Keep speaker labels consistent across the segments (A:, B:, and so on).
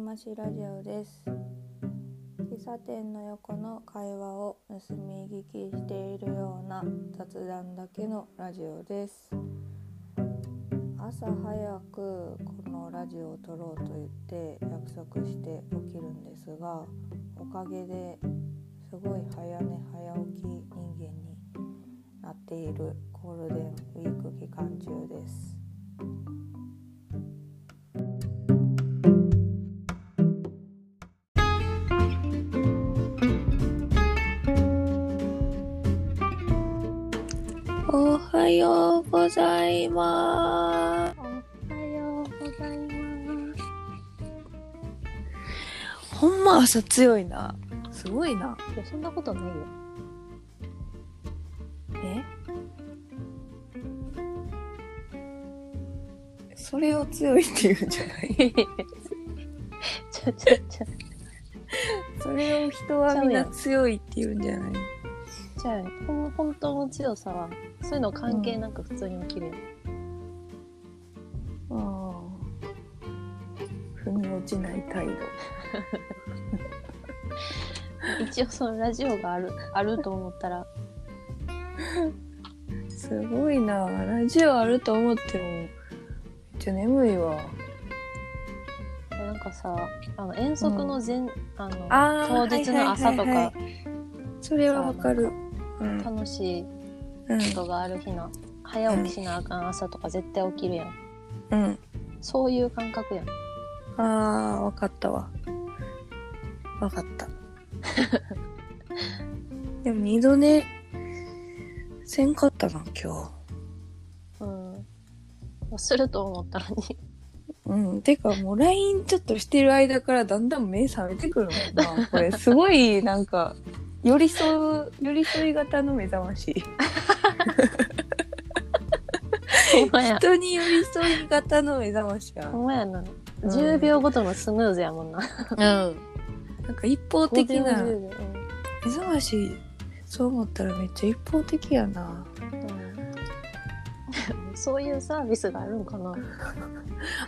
A: ましラジオです喫茶店の横の会話を盗み聞きしているような雑談だけのラジオです朝早くこのラジオを撮ろうと言って約束して起きるんですがおかげですごい早寝早起き人間になっているゴールデンウィーク期間中です
B: おはようございま
C: おはようございます。
B: す。ほんま朝強いな。すごいな。
C: いや、そんなことないよ。
B: えそれを強いって言うんじゃない
C: ちょちょちょ。
B: それを人はみんな強いって言うんじゃない
C: じゃあ、この本当の強さは、そういうの関係なく普通に起きるよ。
B: ああ。腑に落ちない態度。
C: 一応そのラジオがある、 あると思ったら、
B: すごいな。ラジオあると思っても、めっちゃ眠いわ。
C: なんかさ、あの、遠足の前、あの、
B: あ
C: 当日の朝とか、
B: それはわかる。うん。
C: 楽しい
B: うん
C: ことがある日の、早起きしなあかん朝とか絶対起きるやん。
B: うん。
C: そういう感覚やん。
B: ああ、わかったわ。わかった。 でも二度寝せんかったな、今
C: うん。すると思ったの に。
B: 日。うん。てか、もう LINE ちょっとしてる間からだんだん目覚めてくるもんな。これ、すごい、なんか、寄り添う、寄り添い型の目覚まし。
C: ほんまや。
B: 人に寄り添い型の目覚ましや。
C: ほんまやな。
B: ん
C: 10秒ごとのスヌーズやもんな。
B: うん。なんか一方的な、目
C: 5秒10秒
B: 覚まし、そう思ったらめっちゃ一方的やな。
C: うんそういうサービスがあるんかな。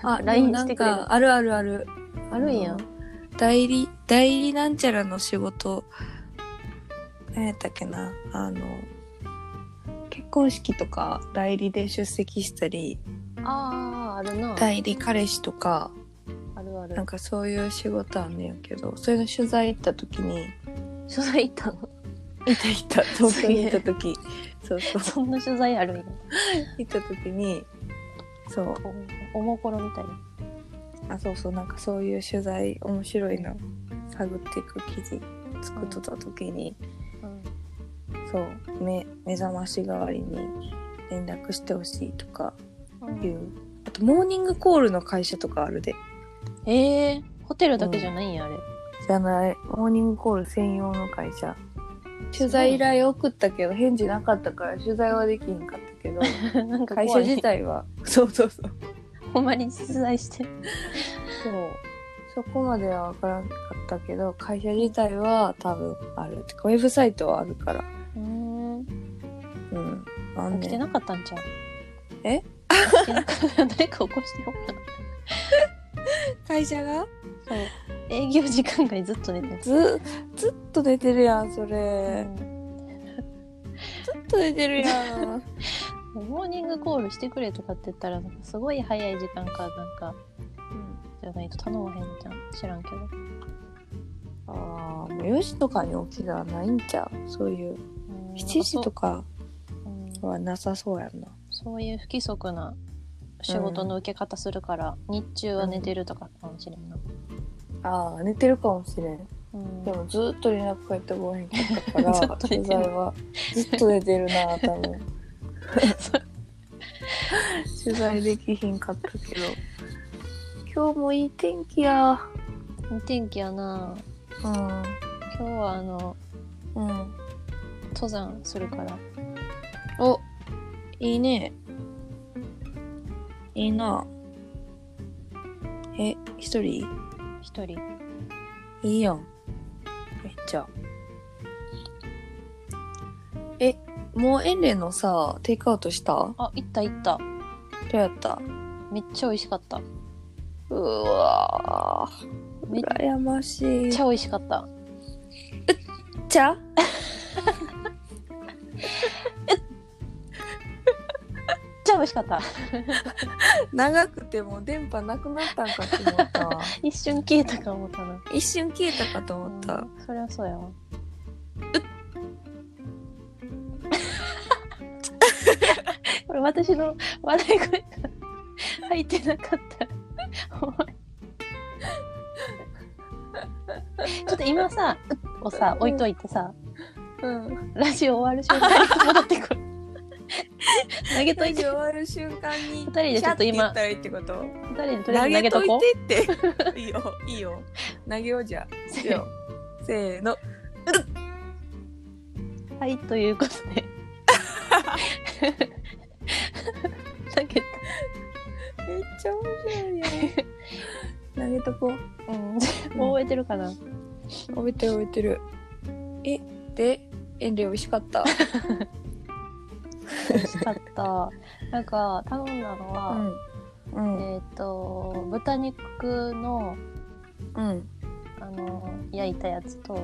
B: あ、
C: LINE
B: でもなん
C: してくれる
B: かあるあるある。
C: あるんや
B: あの。代理、代理なんちゃらの仕事、何やったっけな、あの、結婚式とか代理で出席したり、
C: ああ、あるな。
B: 代理彼氏とか、
C: あるある
B: なん。かそういう仕事あんねんけど、それの取材行った時に、
C: 取材行ったの
B: 行った行った、東京に行った時、そうそう、
C: そんな取材あるんや。
B: 行った時に、そう、
C: おおもころみたいな。
B: あ、そうそう、なんかそういう取材、面白いの探っていく記事作っとった時に、
C: うん
B: そう目目覚まし代わりに連絡してほしいとか
C: うん
B: いうあとモーニングコールの会社とかあるで
C: ええホテルだけじゃないんや、あれ。
B: じゃないモーニングコール専用の会社取材依頼送ったけど返事なかったから取材はできひんかった けど
C: なんか
B: 会
C: 怖
B: 社
C: い
B: 自体は そうそうそう
C: ほんまに実在して。
B: そうそこまでは分からんかったけど会社自体は多分あるてかウェブサイトはあるから
C: う
B: う
C: ん。
B: んあんね
C: 起きて
B: ん
C: なかったんちゃう
B: え
C: 起きてなかった。 誰か起こしてよ。
B: 会社が
C: 営業時間外ずっと寝てる。
B: ずずっと寝てるやんそれ、ずっと寝てる やん
C: モーニングコールしてくれとかって言ったら、なんかすごい早い時間か、なんか、じゃないと頼まへんじゃん。知らんけど。
B: ああもう4時とかに起きがないんちゃうそういう
C: うん
B: 7時とか
C: なんかそう,、うん
B: はなさそうやんな
C: そういう不規則な仕事の受け方するから、日中は寝てるとかかもしれんな。
B: ああ寝てるかもしれん
C: うん
B: でもずっと連絡返ってこへんかったか
C: ずっと
B: ら
C: 寝てる
B: 取材はずっと寝てるな多 分取材できひんかったけど 今日もいい天気や
C: お天気やな
B: う
C: 今日はあの、
B: んうん
C: 登山するから。
B: おいいねいいなえ一人
C: 一人。
B: いいやん。めっちゃ。え、もうエンレのさ、テイクアウトしたど
C: あ、行った行った。
B: うやった
C: めっちゃ美味しかった。
B: うわ
C: うめっ
B: 羨ましい
C: ちゃ美味しかった。
B: 茶
C: めっちゃ美味しかった。
B: 長くてもう電波なくなったんかと思ったわ
C: 一瞬消えたか思ったな。
B: 一瞬消えたかと思った
C: うんそりゃそ うやわ。これ私の笑い声が入ってなかった。ほんまにちょっと今さ、うっをさ、置いといてさ、
B: うん
C: ラジオ終わる瞬間に戻っ てくる。投げと
B: ラ
C: い
B: ジ
C: て
B: オ、終わる瞬間に
C: 二人でちょっと
B: シ
C: 今
B: ャッて言ったらいいってこと
C: 誰にとりあ
B: 投
C: えず投
B: げ
C: げと
B: と
C: こ
B: いてって いいよいいよ投げようじゃ
C: う。
B: いいよせーの
C: はい、ということ で。 投げ
B: めっちゃ面白いよ 投げとこう
C: た。うん。 もう終えてるかな。
B: 覚えてる覚えてるえでエンレ美味しかった
C: 美味しかった。なんか頼んだのは、
B: うんうん
C: えっ、と豚肉の
B: うん
C: あの焼いたやつと
B: うん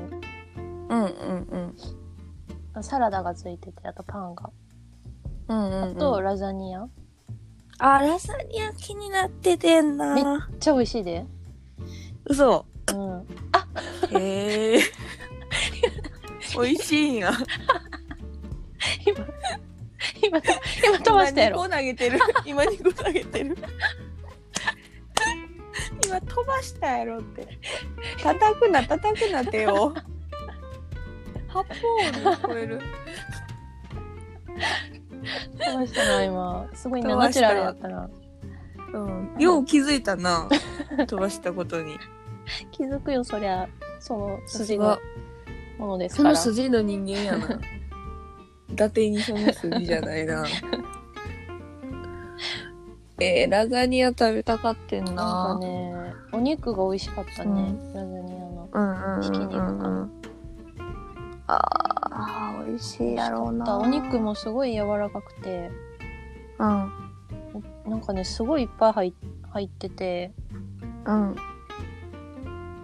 B: うんうん
C: サラダがついててあとパンが、
B: うんうんうん
C: あとラザニア。め
B: あラザニア気になっててん
C: め
B: な
C: っちゃ美味しいで。
B: 嘘
C: うん。
B: へえ美味しいんや
C: 今 今今飛ばしたやろ。
B: 今2個投げてる 今2個投げてる今飛ばしたやろって叩くな叩くな手を発砲音聞こえる
C: 飛ばしたな今。すごいな
B: 飛ば
C: ナ
B: し
C: チュ
B: た
C: ラ
B: よ
C: ルだったな。
B: うんよう気づいたな飛ばしたことに
C: 気づくよそりゃその筋
B: さ
C: の
B: す
C: ものです
B: そ
C: から。
B: の筋の人間や な伊達にその筋じゃないなえー、ラザニア食べたかってんな
C: なんかねお肉が美味しかったね、
B: うん
C: ラザニアの。
B: うんうんうんうんうん
C: ひき肉か
B: あー美味しいやろうな
C: お肉もすごい柔らかくて
B: うん
C: なんかねすごいいっぱい入っ入ってて
B: うん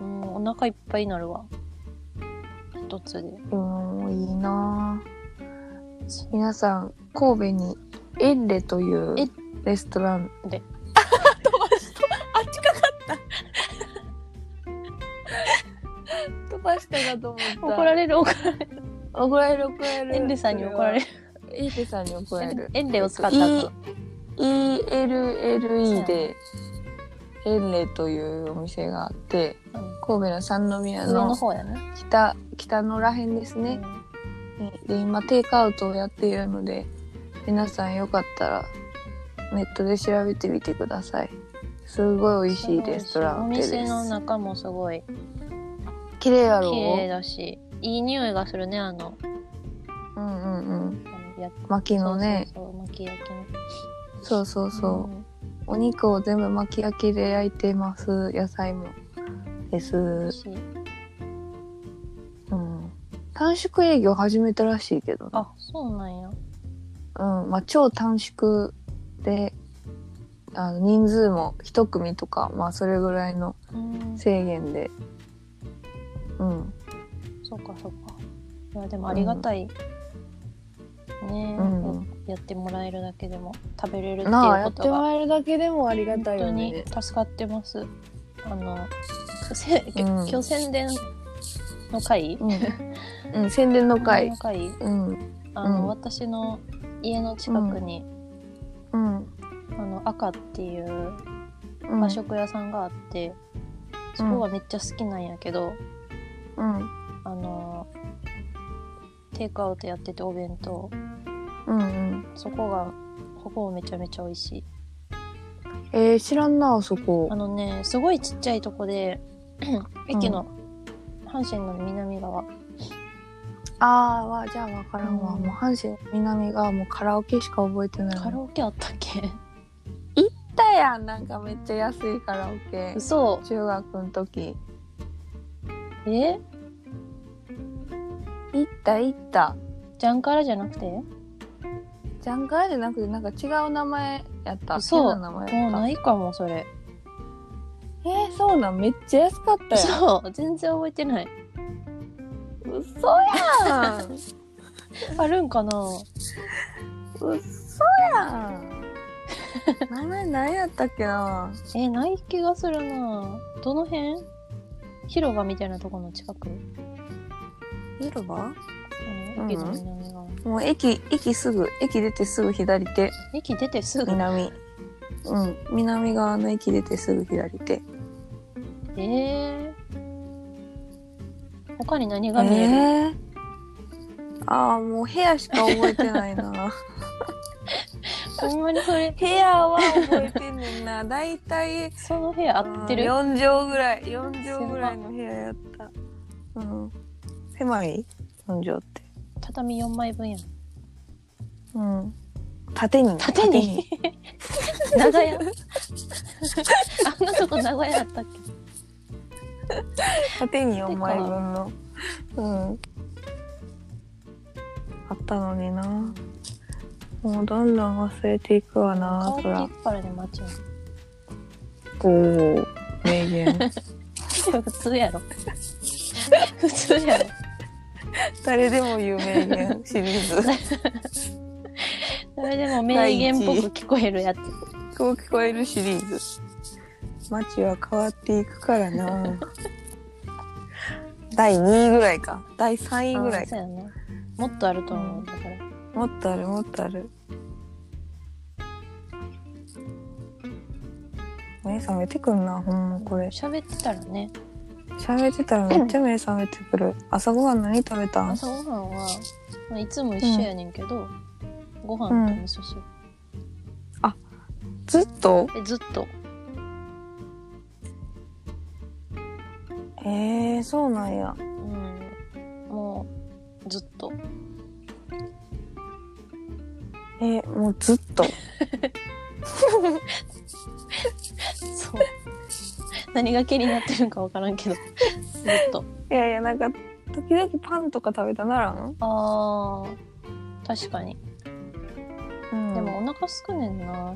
C: もうお腹いっぱいになるわ一 つで
B: うんいいなぁ皆さん神戸にエンレという
C: え
B: レストラン
C: で
B: 飛ばしたあっちかかった飛ばしたかと思った
C: 怒られる怒られる
B: 怒られる怒られる
C: エンレさんに怒られる
B: エンレさんに怒られる
C: エンレを使った後
B: ELLE でエンレというお店があって
C: うん
B: 神戸の三宮
C: 上の
B: の
C: 方やね
B: 北北のらへんですね、で今テイクアウトをやっているので皆さんよかったらネットで調べてみてくださいすごい美味しいレストラン
C: お
B: でです
C: 店の中もすごい
B: 綺麗や
C: 綺
B: ろ
C: 麗
B: う
C: だしいい匂いがするねあの
B: うんうんうん
C: あのや
B: 薪のね
C: そうそうそう巻き焼きの
B: そうそうそう
C: うん
B: お肉を全部巻き焼きで焼いてます野菜もです
C: 美味しい
B: うん短縮営業始めたらしいけどね
C: あそうなんや
B: うんまあ、超短縮であの人数も一組とか、まあ、それぐらいの
C: うん
B: 制限でうん
C: そうかそうか。いやでもありがたい。ねえ、
B: うん
C: やってもらえるだけでも食べれるっていう
B: なあや
C: こ
B: って
C: と
B: も
C: が
B: らえるだけでもありが
C: 本
B: たい
C: 当
B: よ
C: に
B: ね
C: 助かってます。あのせ、
B: ん
C: 今日宣伝の回
B: うん、うん、宣伝の
C: 宣伝
B: 会
C: の回
B: うん
C: あの、
B: うん
C: 私の家の近くに、
B: うん
C: あの赤っていう
B: うん
C: 和食屋さんがあって、そこがめっちゃ好きなんやけど、
B: うん
C: あのテイクアウトやっててお弁当
B: うんうん
C: そこがここもめちゃめちゃ美味しい。
B: えー、知らんなあそこ
C: あのね、すごいちっちゃいとこで、駅の、阪神の南側。
B: あーわじゃあ分からんわ、
C: うん
B: もう阪神南がもうカラオケしか覚えてない
C: カラオケあったっけ
B: たやんなんかめっちゃ安いカラオケ
C: 嘘
B: 中学の時
C: え
B: 行った行った
C: ジャンカラじゃなくても
B: ジャンカラじゃなくてなんか違う名前やった
C: 嘘
B: 変な名前
C: う
B: やった
C: ないかも、それ。
B: えー、そうなんめっちゃ安かったよ
C: そう全然覚えてない
B: 嘘やん
C: あるんかな
B: 嘘やん名前何やったっけな
C: えない気がするなどの辺広場みたいなところの近く
A: 広場
C: あの駅の南側、
B: もう駅駅すぐ駅出てすぐ左手
C: 駅出てすぐ
B: 南うん南側の駅出てすぐ左手
C: ええ他に何
B: え
C: が見える、
B: ーああもう部屋しか覚えてない な
C: ほんまにそれ
B: 部屋は覚えてんねんな大体
C: その部屋合ってる
B: 4畳ぐらい4畳ぐらいの部屋やったうん狭い4畳って
C: 畳4枚分やん
B: うん縦に
C: 縦に長屋 あんなとこ長屋あったっけ
B: 縦に4枚分のうんあったのになもうどんどん忘れていくわなそ
C: 顔きっ
B: ら
C: ぱらで待ちよ
B: おお名 言
C: 普通やろ 普通やろ
B: 誰でも言う名言シリー ズ
C: 誰でも名言っぽく聞こえるやつ
B: こう聞こえるシリーズ街は変わっていくから な第2位ぐらいか第3位ぐら
C: あ
B: い
C: そうやなもっとあると思うだから
B: もっとあるもっとある目覚めてくんなほんまこれ
C: 喋ってたらね
B: 喋ってたらめっちゃ目覚めてくる朝ごはん何食べたん
C: 朝ごはんは、まあ、いつも一緒やねんけど、ご飯と味噌汁、
B: ずっと
C: えずっと
B: えー、そうなんや
C: うんもうずっと
B: えもうずっと
C: そう 何が気になってるんか分からんけどずっと
B: いやいやなんか時々パンとか食べたならん、
C: あー確かに
B: うん、
C: でもお腹すくねんな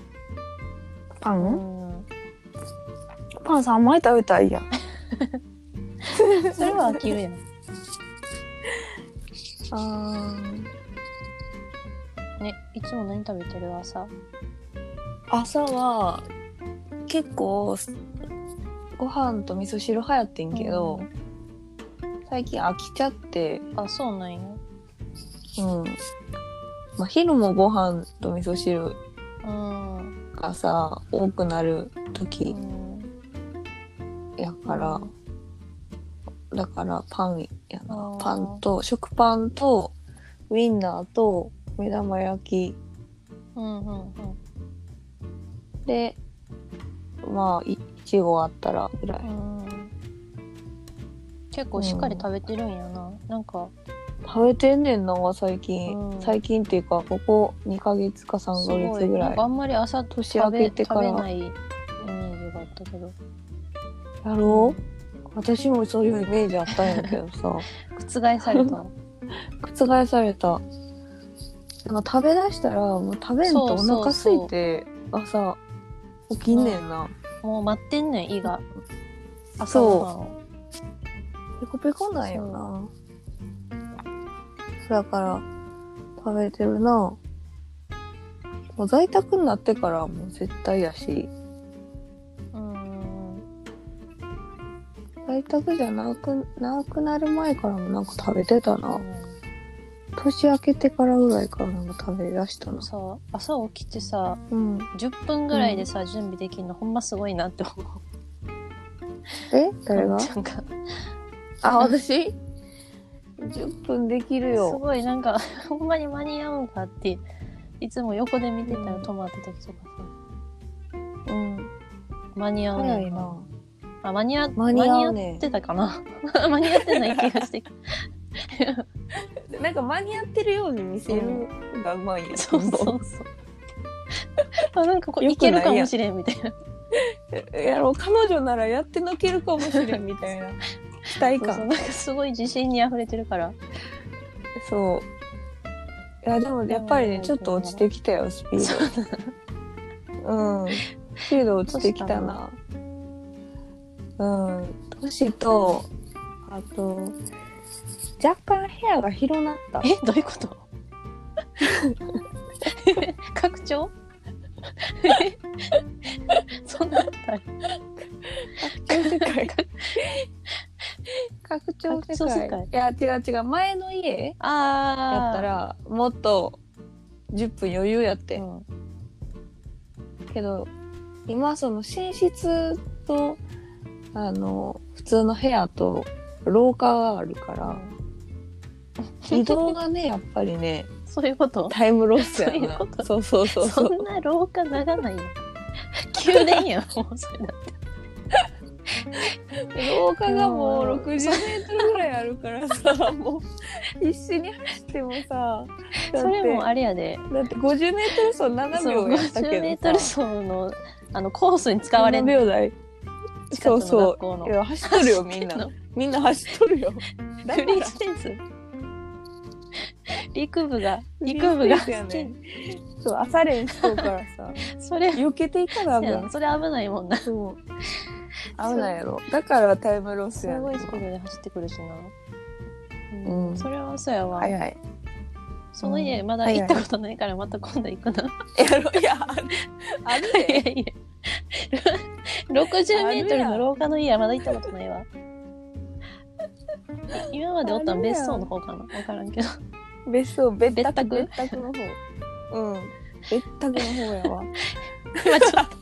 B: パ
C: う
B: ン
C: ん
B: パン3枚食べたいやん
C: それは飽きるやん
B: あ
C: ねいつも何食べてる朝
B: 朝は結構ご飯と味噌汁流行ってんけど、最近飽きちゃって、
C: あそうなんや
B: うん。まあ、昼もご飯と味噌汁
C: うん
B: がさ、多くなる時
C: うん
B: やから、だからパンや
C: あ
B: な
C: ー。
B: パンと、食パンと、ウインナーと、目玉焼き
C: うんうんうん
B: で、まあ、いいちごあったらぐらい。
C: うん結構しっかり食べてるんやな、なんか
B: 食べてんねんな、最近。
C: うん
B: 最近っていうか、ここ2ヶ月か
C: す
B: 3ヶ
C: ご
B: 月
C: い
B: ぐ
C: な
B: ら
C: ん
B: い
C: かあ。んまり朝食
B: 年明
C: べ
B: けて
C: 食
B: か
C: べ
B: ら
C: な。いイメージがあったけど
B: やろう私もそういうイメージあったんやけど さ。
C: 覆され た
B: 覆されたなんか食べだしたらもう食べんとお
C: そうそうそう
B: 腹空いて朝起きんねんな、
C: もう待ってんねん胃が朝ごはんを
B: ペコペコなんよなだから食べてるなもう在宅になってからもう絶対やし
C: うん
B: 在宅じゃなくなくなる前からもなんか食べてたな年明けてからぐらいからなんか食べだしたな
C: さ朝起きてさ
B: うん
C: 10分ぐらいでさ、準備できるのほんますごいなって思う
B: え誰が
C: なんか
B: あ私 ?10 分できる
C: す
B: よ
C: ごいなんか ほんまに間に合うんかっていつも横で見てたら
B: うん
C: 止まった時とかさ
B: うん
C: 間に合う
B: 早
C: ね
B: い
C: ん
B: な。
C: あ間に合間
B: 間
C: に
B: に合
C: 合
B: うね
C: ってたかな 間に合ってない気が してきた
B: なんか間に合ってるように見せるのがうまいや
C: そうそうそう あなんかこうい
B: よくな
C: け
B: い
C: る
B: やん
C: かもしれんみたいな
B: やろう彼女ならやってのけるかもしれんみたいな 期待
C: そうそ
B: 感。
C: うなんかすごい自信に溢れてるから
B: そう。いやでもやっぱりねちょっと落ちてきたよスピード。うん。スピード落ちてきたな。うん。
A: 年とあと若干部屋が広なった
C: えどういうこと 拡張 えそんなことある
A: 世界拡張
C: 拡
A: 世
C: 張
A: 界
C: 世界
B: いや違う違う前の家や
C: あ
B: ったらもっと10分余裕やって、
C: うんん
B: けど今その寝室とあの普通の部屋と廊下があるから移動がねやっぱり ね
C: そういうこと
B: タイムロスや
C: そういう
B: な
C: こと
B: そうそうそうそ。
C: そうんな廊下なら ないよ宮殿やん もうそれだって
B: 廊下がもう
A: うん
B: 60メートルぐらいあるから さもう必死に走ってもさ
C: それも
B: あ
C: あれやで
B: だって50メートル走7
C: そう
B: 秒やった
C: 50メ
B: け
C: ートル
B: どさ
C: 走のあのコースに使われ
B: 7
C: んの
B: 秒台
C: 近
B: そ
C: く
B: う
C: の
B: そ
C: 学
B: う
C: 校の
B: いや走っとるよみ んなみんな走っと るよだか
C: フ
B: ら
C: リースペース 陸部が陸部が
B: フリースペースやねそう朝練しとうから さ
C: それ
B: 避けていかなあかん
C: それ危ないもんな
B: そう危ないやろだからタイムロス
C: す
B: や
C: ご
B: ね
C: いスピードで走ってくるしな、
B: うん
C: それはそうやわ、
B: 早い
C: その家まだ行ったことないからまた今度行くな、
B: やろいやあるある
C: い、 や
B: で
C: いや 60m の廊下の家はまだ行ったことないわ今までおったん別荘の方かな分からんけど
B: 別荘別宅
C: 別
B: 別宅の方うん別宅の方や わ
C: 今ちょっと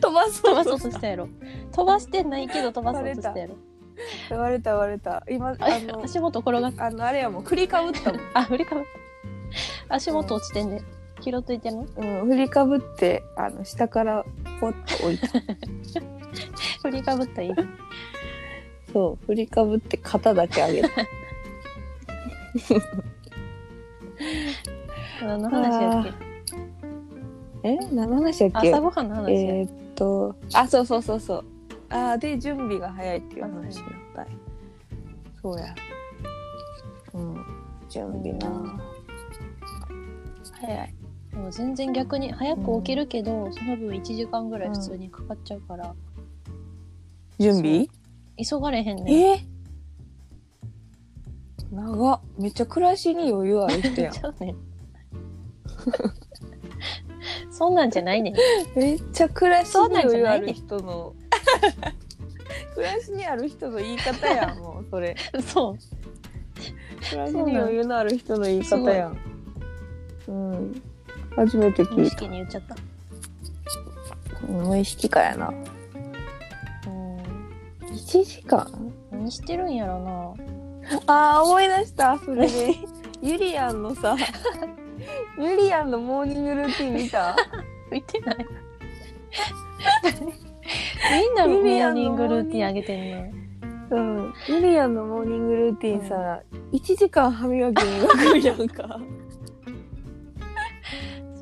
B: 飛ば
C: 飛
B: そう
C: ばそうとしたやろ飛ばしてないけど飛ばそうとしたやろ
B: 割れた割れた今あ
C: あ
B: の
C: 足元転がっ
B: あのあれやもう振りかぶったもん
C: あ振りかぶった足元落ちてんね拾っといてんの
B: うん、振りかぶってあの下からポッと置いた
C: 振りかぶったらいい
B: そう振りかぶって肩だけ上げた
C: 何の話やっけ
B: え何の話やっけ
C: 朝ごはんの話や、
B: えーっとあそうそうそうそうあーで準備が早いっていう話になったそうやうん準備な
C: 早いでも全然逆に早く起きるけど、その分1時間ぐらい普通にかかっちゃうから、
B: 準備
C: 急がれへんねん
B: え長っめっちゃ暮らしに余裕ある 人やん
C: ちゃうねんそんなんじゃないねん
B: めっちゃ暮らし
C: そう
B: に
C: なんじ
B: 余
C: ゃ
B: 裕
C: な
B: ある
C: い
B: 人の 暮らしにある人の言い方やんもう それ
C: そう
B: 暮らしに余裕のある人の言い方やんうん初めて
C: 無
B: 聞
C: 意
B: いた
C: 識に言っちゃった
B: 無意識かやな
C: う
B: 1時間
C: ん何してるんやろ
B: あー思い出したそれで ゆりやんのさ ゆりやんのモーニングルーティン見た
C: な見てないみんなモーニングルーティンあげてんね ん
B: うんゆりやんのモーニングルーティンさ、一1時間歯磨き磨くやんか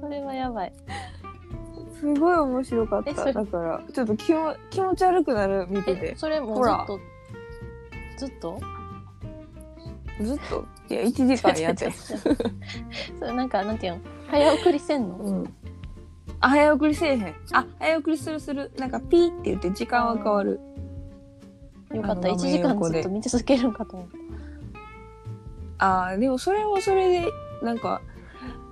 C: それはやばい
B: すごい面白かっ
C: えそ
B: た
C: れ
B: だからちょっと気も気持ち悪くなる見て
C: え
B: て
C: それも
B: ほ
C: ず
B: ら
C: っとずっと
B: ずっといや1時間やって
C: それなんかなんていうの早送りせんの
B: うんあ早送りせえへんあ早送りするするなんかピーって言って時間は変わる
C: よかった
B: あの
C: 1時間
B: 横
C: ず
B: で
C: っと見続けるんかと思った
B: あーでもそれはそれでなんか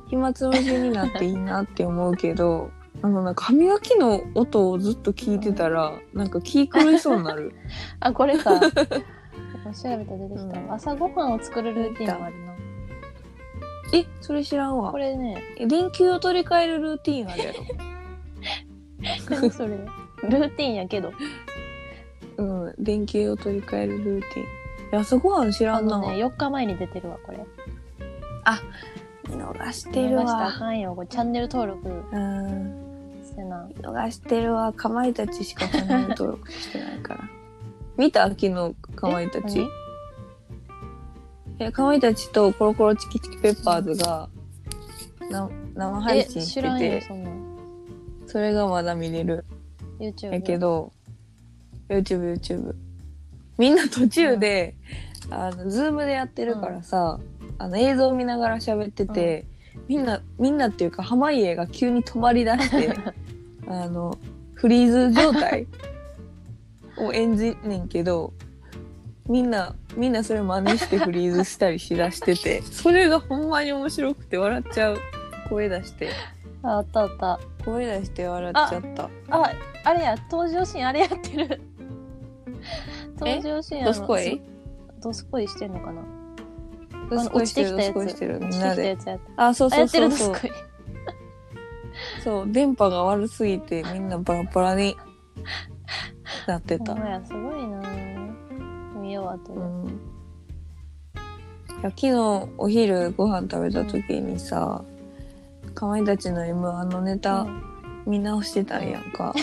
B: 暇つぶしになっていいなって思うけど あのなんか歯磨きの音をずっと聞いてたらなんか気狂いそうになる
C: あこれか調べたら出てきた、
B: うん
C: 朝ごはんを作るルーティンもあるな
B: えそれ知らんわ
C: こ れね
B: え電球を取り替えるルーティンあるやろ
C: 何それルーティンやけど
B: うん電球を取り替えるルーティンいや朝ごはん知ら
C: あ
B: んな、
C: のね4日前に出てるわこれ
B: 見逃し
C: 見
B: てる
C: 逃したらあ
B: わ
C: かんよこれチャンネル登録
B: うん
C: してな
B: 見逃してるわかまいたちしかチャンネル登録してないから 見た昨日かまいたちえ、かまいたちとコロコロチキチキペッパーズが、な生
C: 何え
B: 配信し
C: 知
B: て
C: らんよ
B: て、
C: そんなん
B: それがまだ見れる
C: YouTube
B: やけど、YouTube、YouTube。みんな途中で、あの、ズームでやってるからさ、あの、映像見ながら喋ってて、みんな、みんなっていうか、濱家が 急に止まり出して、あの、フリーズ状態を演じんねんけどみんなみんなそれ真似してフリーズしたりしだして てそれがほんまに面白くて笑っちゃう声出して
C: ああったあった
B: 声出して笑っちゃった
C: ああれや登場シーンあれやってる 登場シーンあの
B: どすこい
C: ドスコイしてんのかな
B: どすこいしてる
C: あの
B: ど
C: 落
B: すこい
C: ちてきたやつ
B: してるみ
C: 落
B: ん
C: ち
B: な
C: て
B: で
C: きたやつやった
B: あそう
C: あ
B: そ
C: や
B: う
C: って
B: そ
C: る
B: う
C: ドス
B: そう
C: コイ
B: そう電波が悪すぎてみんなバラバラになって
C: ほ
B: た
C: んまやすごいな見ようあとで、
B: うんいや昨日お昼ご飯食べた時にさかまいたちの m 1のネタ見直してたんやん か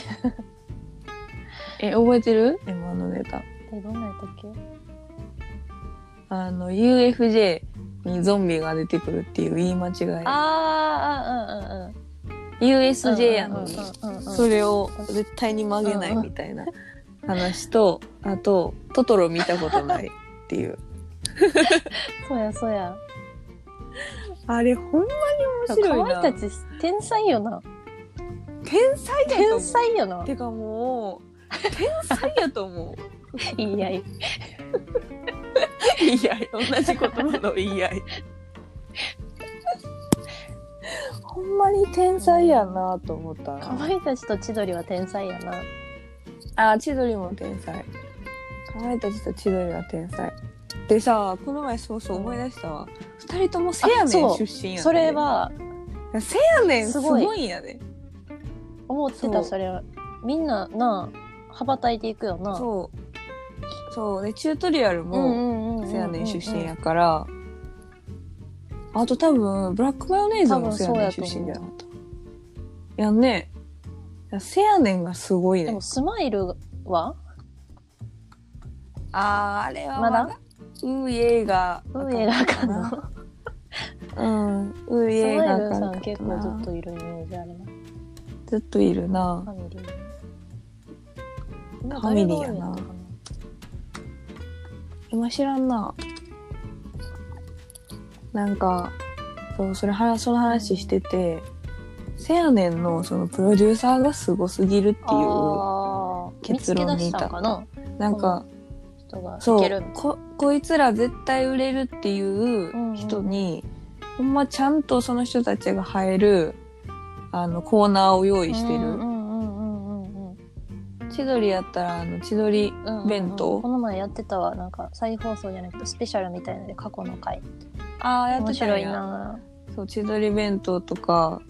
B: え覚えてる m 1のネタ
C: えどんなやったっけ
B: あの UFJ にゾンビが出てくるっていう言い間違い
C: あーあうんうんうん
B: USJ やのに
C: うんうんうんうん
B: それを絶対に曲げないみたいな話とあとトトロ見たことないっていう
C: そうやそうや
B: あれほんまに面白いな
C: かまいたち天才よな
B: 天才だよ
C: 天才よな
B: てかもう天才やと思う
C: いやいや
B: 言 い合い同じ言葉の言い合い ほんまに天才やなと思った
C: かま
B: ない
C: たちと千鳥は天才やな
B: あ千鳥も天才かまいたちと千鳥は天才でさこの前そうそう思い出したわ二人ともせやね
C: あ
B: ん
C: そう
B: 出身やねん
C: それは
B: せやねんす
C: す
B: ご
C: ごい
B: いんやで
C: 思って
B: そう
C: たそれはみんななあ羽ばたいていくよな
B: そうそうでチュートリアル
C: う
B: も、
C: んうんうんうんうん
B: せやねん出身やから、あと多分ブラックマヨネーズもせやねん出身じゃなかったやんねいやせやねんがすごい
C: で
B: ね
C: もスマイルは
B: あーあれは
C: まだ
B: うえが
C: 運営があかんの
B: うんう
C: ス
B: えが
C: マ
B: あ
C: イル
B: かん
C: さ
B: か
C: ん
B: った
C: 結構ず
B: な
C: っといるイメージあるな
B: ずっといるな
C: ファミリー
B: ファミリーやな
C: 誰が多いのか
B: 今知らんななんかそうそれ話その話してて、せやねんのそのプロデューサーがすごすぎるっていう
C: あー
B: 結論に至った
C: 見つけ出したんかな
B: なんか、
C: 人が
B: そ
C: いうけるみたいな
B: ここいつら絶対売れるっていう人に、ほんまちゃんとその人たちが入るあのコーナーを用意してる、
C: うんうんうんうんうん
B: 千鳥やったらあの千鳥
C: うんうんうん
B: 弁当
C: この前やってたわなんか再放送じゃなくてスペシャルみたいなので過去の回
B: ああや
C: 面白いな
B: そう千鳥弁当とか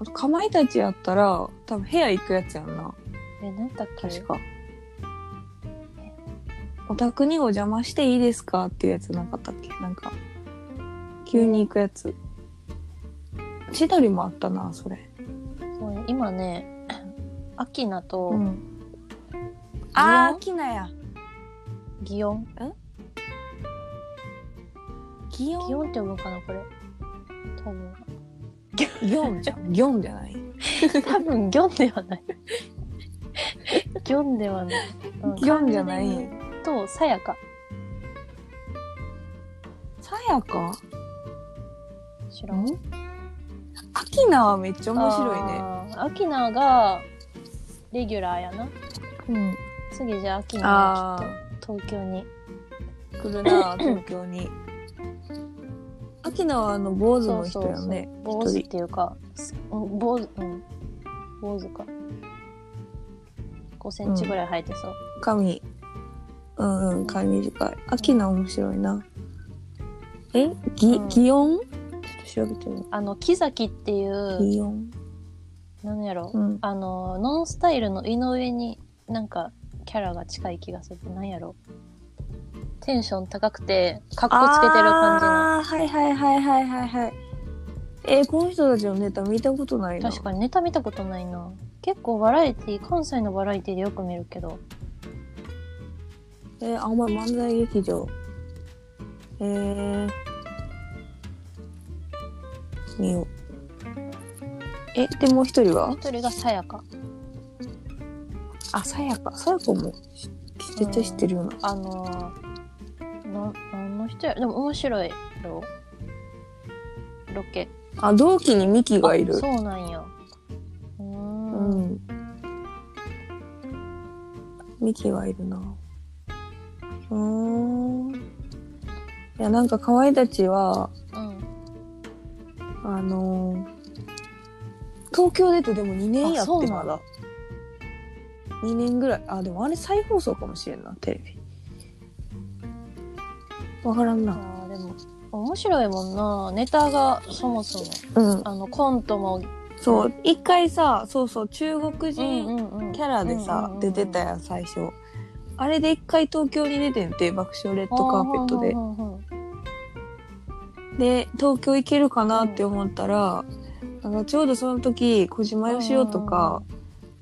B: あとかまいたちやったら多分部屋行くやつやんな
C: え何だっけ
B: 確か。お宅にお邪魔していいですかっていうやつなかったっけなんか、急に行くやつ。千鳥もあったな、それ。
C: そうね今ねアキナと
B: ん。
C: あー
B: あー、きなや。
C: 祇園
B: ギ
C: 祇園って読むかなこれ 多分
B: ギョンじゃ ん。ギョンじゃない。
C: 多分祇園では ない祇園ではないうん
B: ギョンじゃない。
C: とさやか
B: さやか
C: 知らん面
B: アキナはめっちゃ面白いね。
C: アキナがレギュラーやな
B: うん。
C: 次じゃあアキナ
B: あ
C: がきっと東京に
B: ー、来る な、東京に。アキナはあの、坊主の人やね。
C: 坊主っていうか、すうん坊主、うん。坊主か。5センチぐらい生えてそう。
B: 髪うんうん髪短い秋菜面白いなえぎ
C: うん
B: 擬音ちょっと調べてみよ
C: あの、木崎っていうう、
B: 擬音
C: なんやろ、
B: うん
C: あの、ノンスタイルの井上になんかキャラが近い気がする。なんやろテンション高くて、かっこつけてる感
B: あーはいはいはいはいはいはいえーこの人たちのネタ見たことない
C: じ
B: な
C: の。確かにネタ見たことないな。結構バラエティ、関西のバラエティでよく見るけど。
B: えーあんまり漫才劇場えー、見ようえでもう一人は
C: 一人がさやか。
B: あさやかさやかもし絶対知ってるような
C: あのー、な、なんの人や、でも面白いよ。ロケ。
B: あ同期にミキがいる
C: あそうなんや。うー。
B: うんん。ミキはいるなうーんいやなんかかわいたちは
C: うん。
B: あのー東京出てでも2年や
C: あ
B: っ
C: そう
B: て
C: な
B: ま
C: ん
B: だ2年ぐらいあでもあれ再放送かもしれんなテレビわからんな
C: ああ、でも、面白いもんな。ネタがそもそも。
B: うん
C: あの、コントも。
B: そう一回さそうそう中国
C: う
B: 人
C: んうん。
B: キャラでさ、
C: うんうんうん
B: 出てたやん最初あれで一回東京に出てんて爆笑レッドカーペットで
C: ほんほんほんほん
B: で東京行けるかなって思ったら、なんかちょうどその時小島よしおとか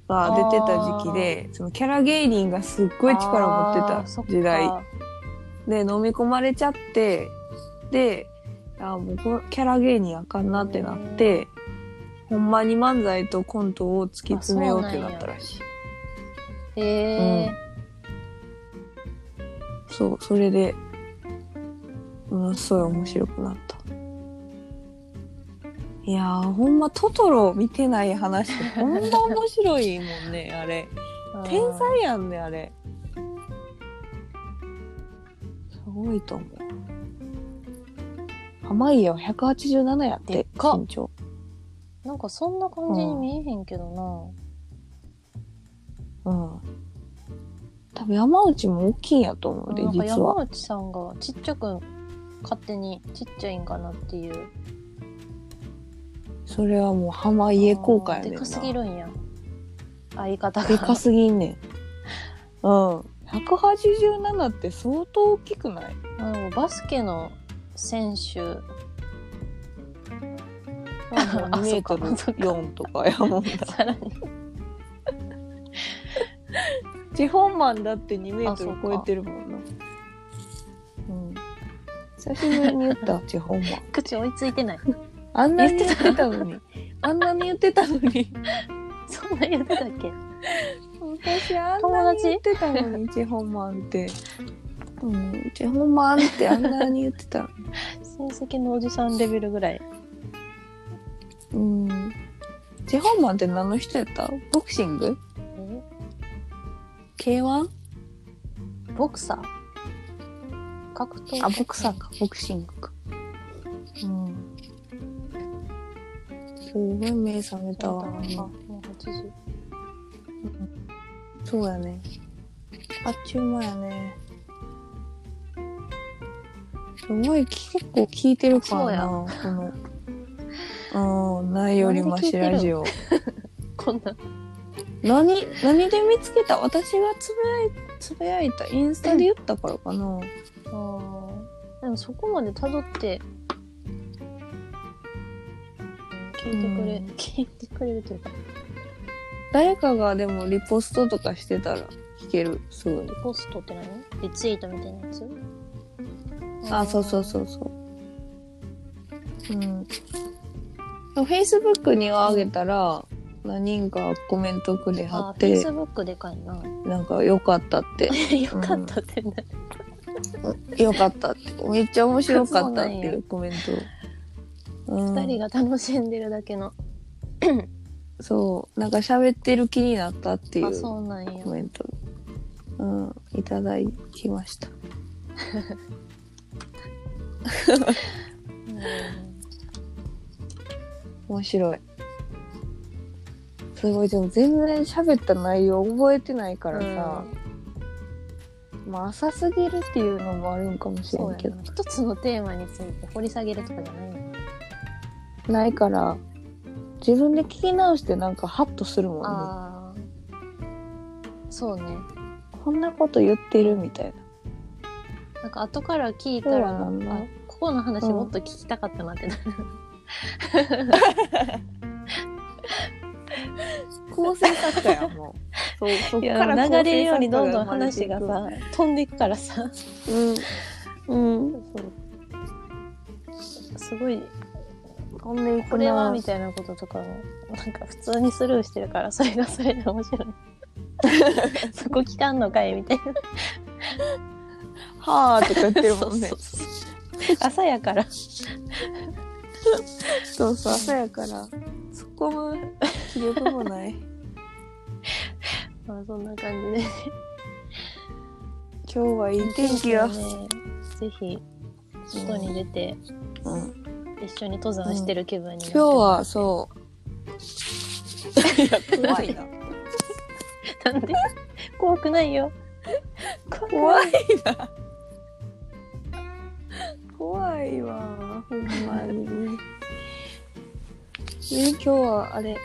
B: が出てた時期で、そのキャラ芸人がすっごい力を持
C: あ
B: っ
C: ー
B: て
C: そ
B: た
C: っか
B: 時代で飲み込まれちゃってであーもうこのキャラ芸人あかんなってなって、ほんまに漫才とコントを突き詰めようってなったらしい。
C: へえ
B: そう、それで、ものすごい面白くなった。いやー、ほんまトトロ見てない話ってほんま面白いもん ね、あれ。天才やんね、あれ。すごいと思う。濱家は187やって、
C: でっか
B: 身長。
C: なんかそんな感じに見えへんけど
B: うん。多分山内も大きいんやと思う
C: な。
B: で、
C: なんか
B: 実
C: 山
B: は。
C: 内さんがちっちゃく勝手にちっちゃいんかなっていう。
B: それはもう濱家効果やねん
C: で
B: な。
C: かすぎるんや。相方
B: でか
C: が。
B: すぎんねん。うん。187って相当大きく ない
C: うん、バスケの選手。
B: ?2 メートル
C: そっか
B: 4とかや もんな。
C: さらに。
B: 地方マンだって2メート
C: あそう
B: ル
C: か
B: 超えてるもんな。うん。久しぶりに言 った、地方マン。
C: 口追いついてない。
B: あんなに言ってたのに。あんなに言ってたのに。
C: そんな言ってたっけ
B: 昔あんなに言ってたのに、地方マンって。うん、地方マンってあんなに言ってたのに。
C: 親戚のおじさんレベルぐらい。
B: うん。地方マンって何の人やったボクシング
C: え
B: ?K1?
C: ボクサー格闘
B: あ、ボクサーか、ボクシングか。うん。すごい目覚めたわ。
C: もう8時。
B: そうやね。あっちゅう間やね。すごい、結構聞いてるからな、この。うん、ないよりマシラジオ。
C: こんな。
B: 何、何で見つけた私がつぶやい、つぶやいた、インスタで言ったからかな。
C: あーでもそこまで辿って、聞いてくれ、
B: うん
C: 聞いてくれるというか、
B: 誰かがでもリポストとかしてたら聞ける、すぐに。
C: ポストって何リツイートみたいなやつ
B: あ、そうそうそうそう。うん。フェイスブックにはあげたら、何人かコメントくれは
C: あ
B: っ
C: ー、
B: て、
C: Facebook でかいな。
B: なんか良かったって、
C: よかったってね。
B: 良かったって、めっちゃ面白かったってい
C: そうなん
B: うコメント。うん
C: 二人が楽しんでるだけの。
B: そう、なんか喋ってる気になったってい
C: あ、
B: う
C: そうなんや
B: コ。メント、うん、いただきました。
C: うん
B: 面白い。すごい、でも全然喋った内容覚えてないからさ、まあ浅すぎるっていうのもあるんかもしれ
C: そ
B: ん
C: う
B: け
C: や
B: ど
C: な。一つのテーマについて掘り下げるとかじゃないの
B: ないから自分で聞き直してなんかハッとするもんね
C: ああ。そうね。
B: こんなこと言ってるみたいな
C: なんか後から聞い
B: 今
C: た
B: 日は
C: ら、
B: 何
C: あ
B: の
C: ここの話もっと聞きたかったなってなる。
B: 構成作家やも うそうそっか
C: いや
B: ら
C: 流れるようにどんどん
B: 構成
C: 話
B: 作家
C: が
B: 生
C: さ
B: まれてい
C: 飛んでいくからさ
B: くうんうん
C: すごい
B: 飛んでいくな
C: これはみたいなこととかもなんか普通にスルーしてるからそれがそれで面白い そこ聞かんのかいみたいな
B: はあとか言ってるもんね
C: そうそうそう朝やから
B: そうそう朝やから突っ込む気力もない
C: まあそんな感じで
B: 今日はいい天気や
C: ね。ぜひ、外に出て、
B: うん、
C: 一緒に登山してる気分になって
B: 今日はそう
A: 怖いな。
C: なんで怖くないよ。
B: う怖いな怖いわほんまにね今日はあれ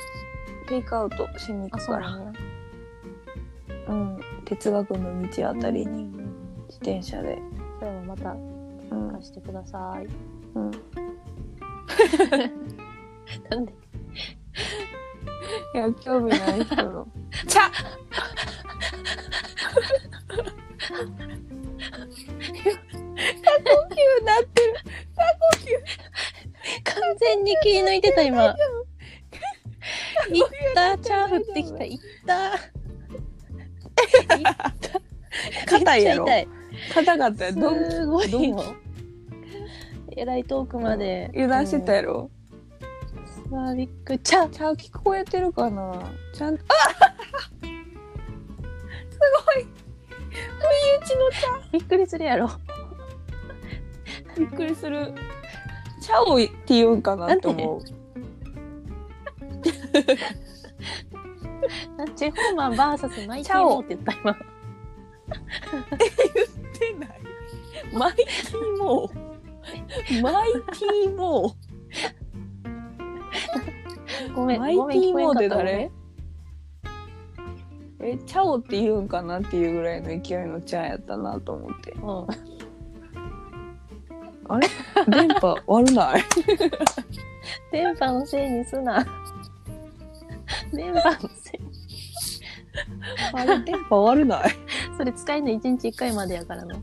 B: テイクアウトしに行
C: あ、
B: く
C: そう
B: から
C: なんや。
B: うん哲学の道あたりに
C: うんうんうん。
B: 自転車で
C: 今日もまた
B: うん
C: 貸してください。
B: うん
C: なんで
B: いや興味ない人 の
A: ちゃ
B: 急なってる
C: 完全に気抜いてた 今。いった、チャー降ってきた、いった。いった。
B: 硬いやろ
C: めっち
B: 硬かった
C: ゃ
B: よ
C: 痛
B: ど
C: い。
B: ん
C: すごい
B: ド
C: よ。えらい遠くまで。
B: 油断してたやろ、
C: うん。わあ、びっくり。チャー
B: ちゃん聞こえてるかなち ゃんと
C: びっくりするやろ。
B: びっくりするチャオイって言うんかなって思う
C: あチェホーマン VS マイティモーって言った今。
B: てないマイティーモー マイティーモー
C: ごめ
B: マ
C: ん、
B: イテ
C: ごめん、
B: ィー
C: 聞こえん
B: モー
C: か
B: で
C: ったごめ
B: 誰
C: ん
B: えチャオって言うんかなっていうぐらいの勢いのチャンやったなと思って
C: うん。
B: あれ電波悪ない
C: 電波のせいにすな。電波のせい。
B: あれ電波悪ない
C: それ使えんの1日1回までやからな。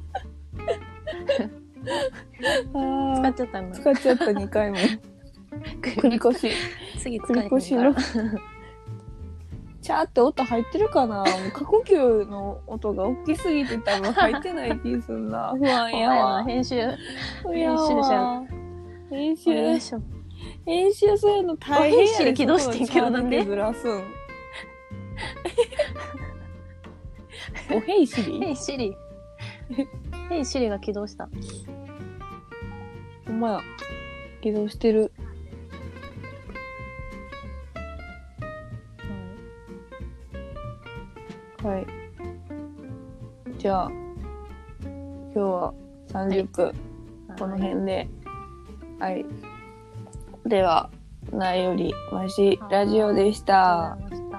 C: 使
B: あ
C: っちゃったんだ。
B: 使っちゃった2回も 繰り越し
C: 次使
B: 繰
C: え
B: り
C: へん
B: 越し
C: か
B: の
C: ら。
B: チャーって音入ってるかなもう過呼吸の音が大きすぎて多分入ってない気すん な不安
C: お
B: や
C: 前
B: わ
C: の編集。
B: 不安やわ編
C: お願い
B: 集
C: します
B: 編集するの大変や
C: 編集で起動してんけど
B: そこのチャー
C: なんで
B: だずらす んおへいし
C: ヘ
B: り
C: イシリ。ヘイシリが起動した。
B: ほんまや起動してる
C: うん
B: はいじゃあ今日は30分、この。辺で。はい。では、ないよりマシラジオでした
C: ありがとうございました。